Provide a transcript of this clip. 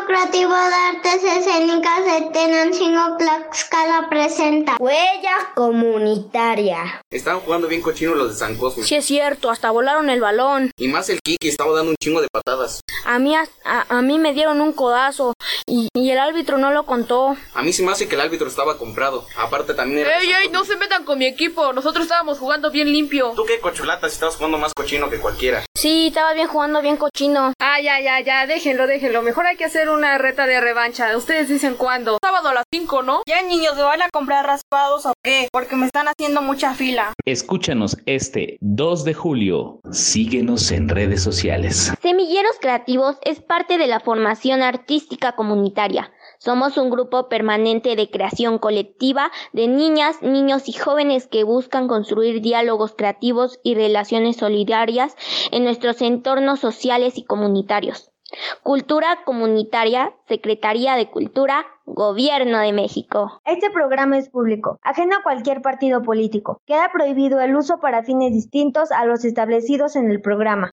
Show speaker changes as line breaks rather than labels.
Lucrativo de Artes Escénicas de Tenancingo, Tlaxcala presenta
Huella Comunitaria.
Estaban jugando bien cochinos los de San Cosme.
Sí es cierto, hasta volaron el balón.
Y más el Kiki estaba dando un chingo de patadas.
A mí, a, a mí me dieron un codazo y, y, el árbitro no lo contó.
A mí se me hace que el árbitro estaba comprado. Aparte también era...
¡Ey, ey! No se metan con mi equipo. Nosotros estábamos jugando bien limpio.
Tú qué cochulata, si estabas jugando más cochino que cualquiera.
Sí, estaba bien jugando bien cochino.
Ah, ya, ya, ya. Déjenlo, déjenlo. Mejor hay que hacer una reta de revancha. Ustedes dicen cuándo. Sábado a las 5, ¿no?
Ya, niños, ¿me van a comprar raspados o qué? Porque me están haciendo mucha fila.
Escúchanos este 2 de julio. Síguenos en redes sociales.
Semilleros Creativos es parte de la formación artística comunitaria. Somos un grupo permanente de creación colectiva de niñas, niños y jóvenes que buscan construir diálogos creativos y relaciones solidarias en nuestros entornos sociales y comunitarios. Cultura Comunitaria, Secretaría de Cultura, Gobierno de México.
Este programa es público, ajeno a cualquier partido político. Queda prohibido el uso para fines distintos a los establecidos en el programa.